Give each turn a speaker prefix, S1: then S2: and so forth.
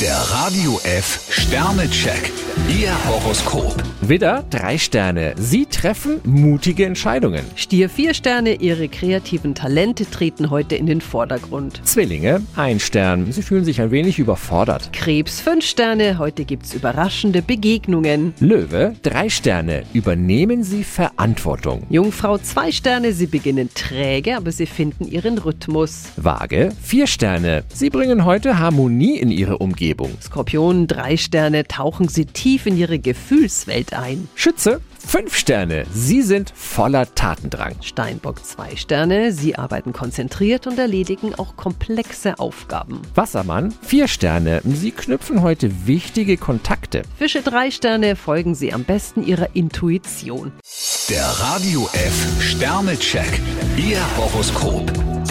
S1: Der Radio F Sternecheck. Ihr Horoskop.
S2: Widder, drei Sterne. Sie treffen mutige Entscheidungen.
S3: Stier vier Sterne, Ihre kreativen Talente treten heute in den Vordergrund.
S2: Zwillinge, ein Stern. Sie fühlen sich ein wenig überfordert.
S3: Krebs fünf Sterne, heute gibt's überraschende Begegnungen.
S2: Löwe, drei Sterne. Übernehmen Sie Verantwortung.
S3: Jungfrau zwei Sterne, Sie beginnen träge, aber Sie finden Ihren Rhythmus.
S2: Waage, vier Sterne. Sie bringen heute Harmonie in Ihre Umgebung.
S3: Skorpion drei Sterne, tauchen Sie tief in Ihre Gefühlswelt ein.
S2: Schütze, fünf Sterne. Sie sind voller Tatendrang.
S3: Steinbock zwei Sterne, Sie arbeiten konzentriert und erledigen auch komplexe Aufgaben.
S2: Wassermann, vier Sterne. Sie knüpfen heute wichtige Kontakte.
S3: Fische drei Sterne, folgen Sie am besten Ihrer Intuition.
S1: Der Radio F Sternecheck. Ihr Horoskop.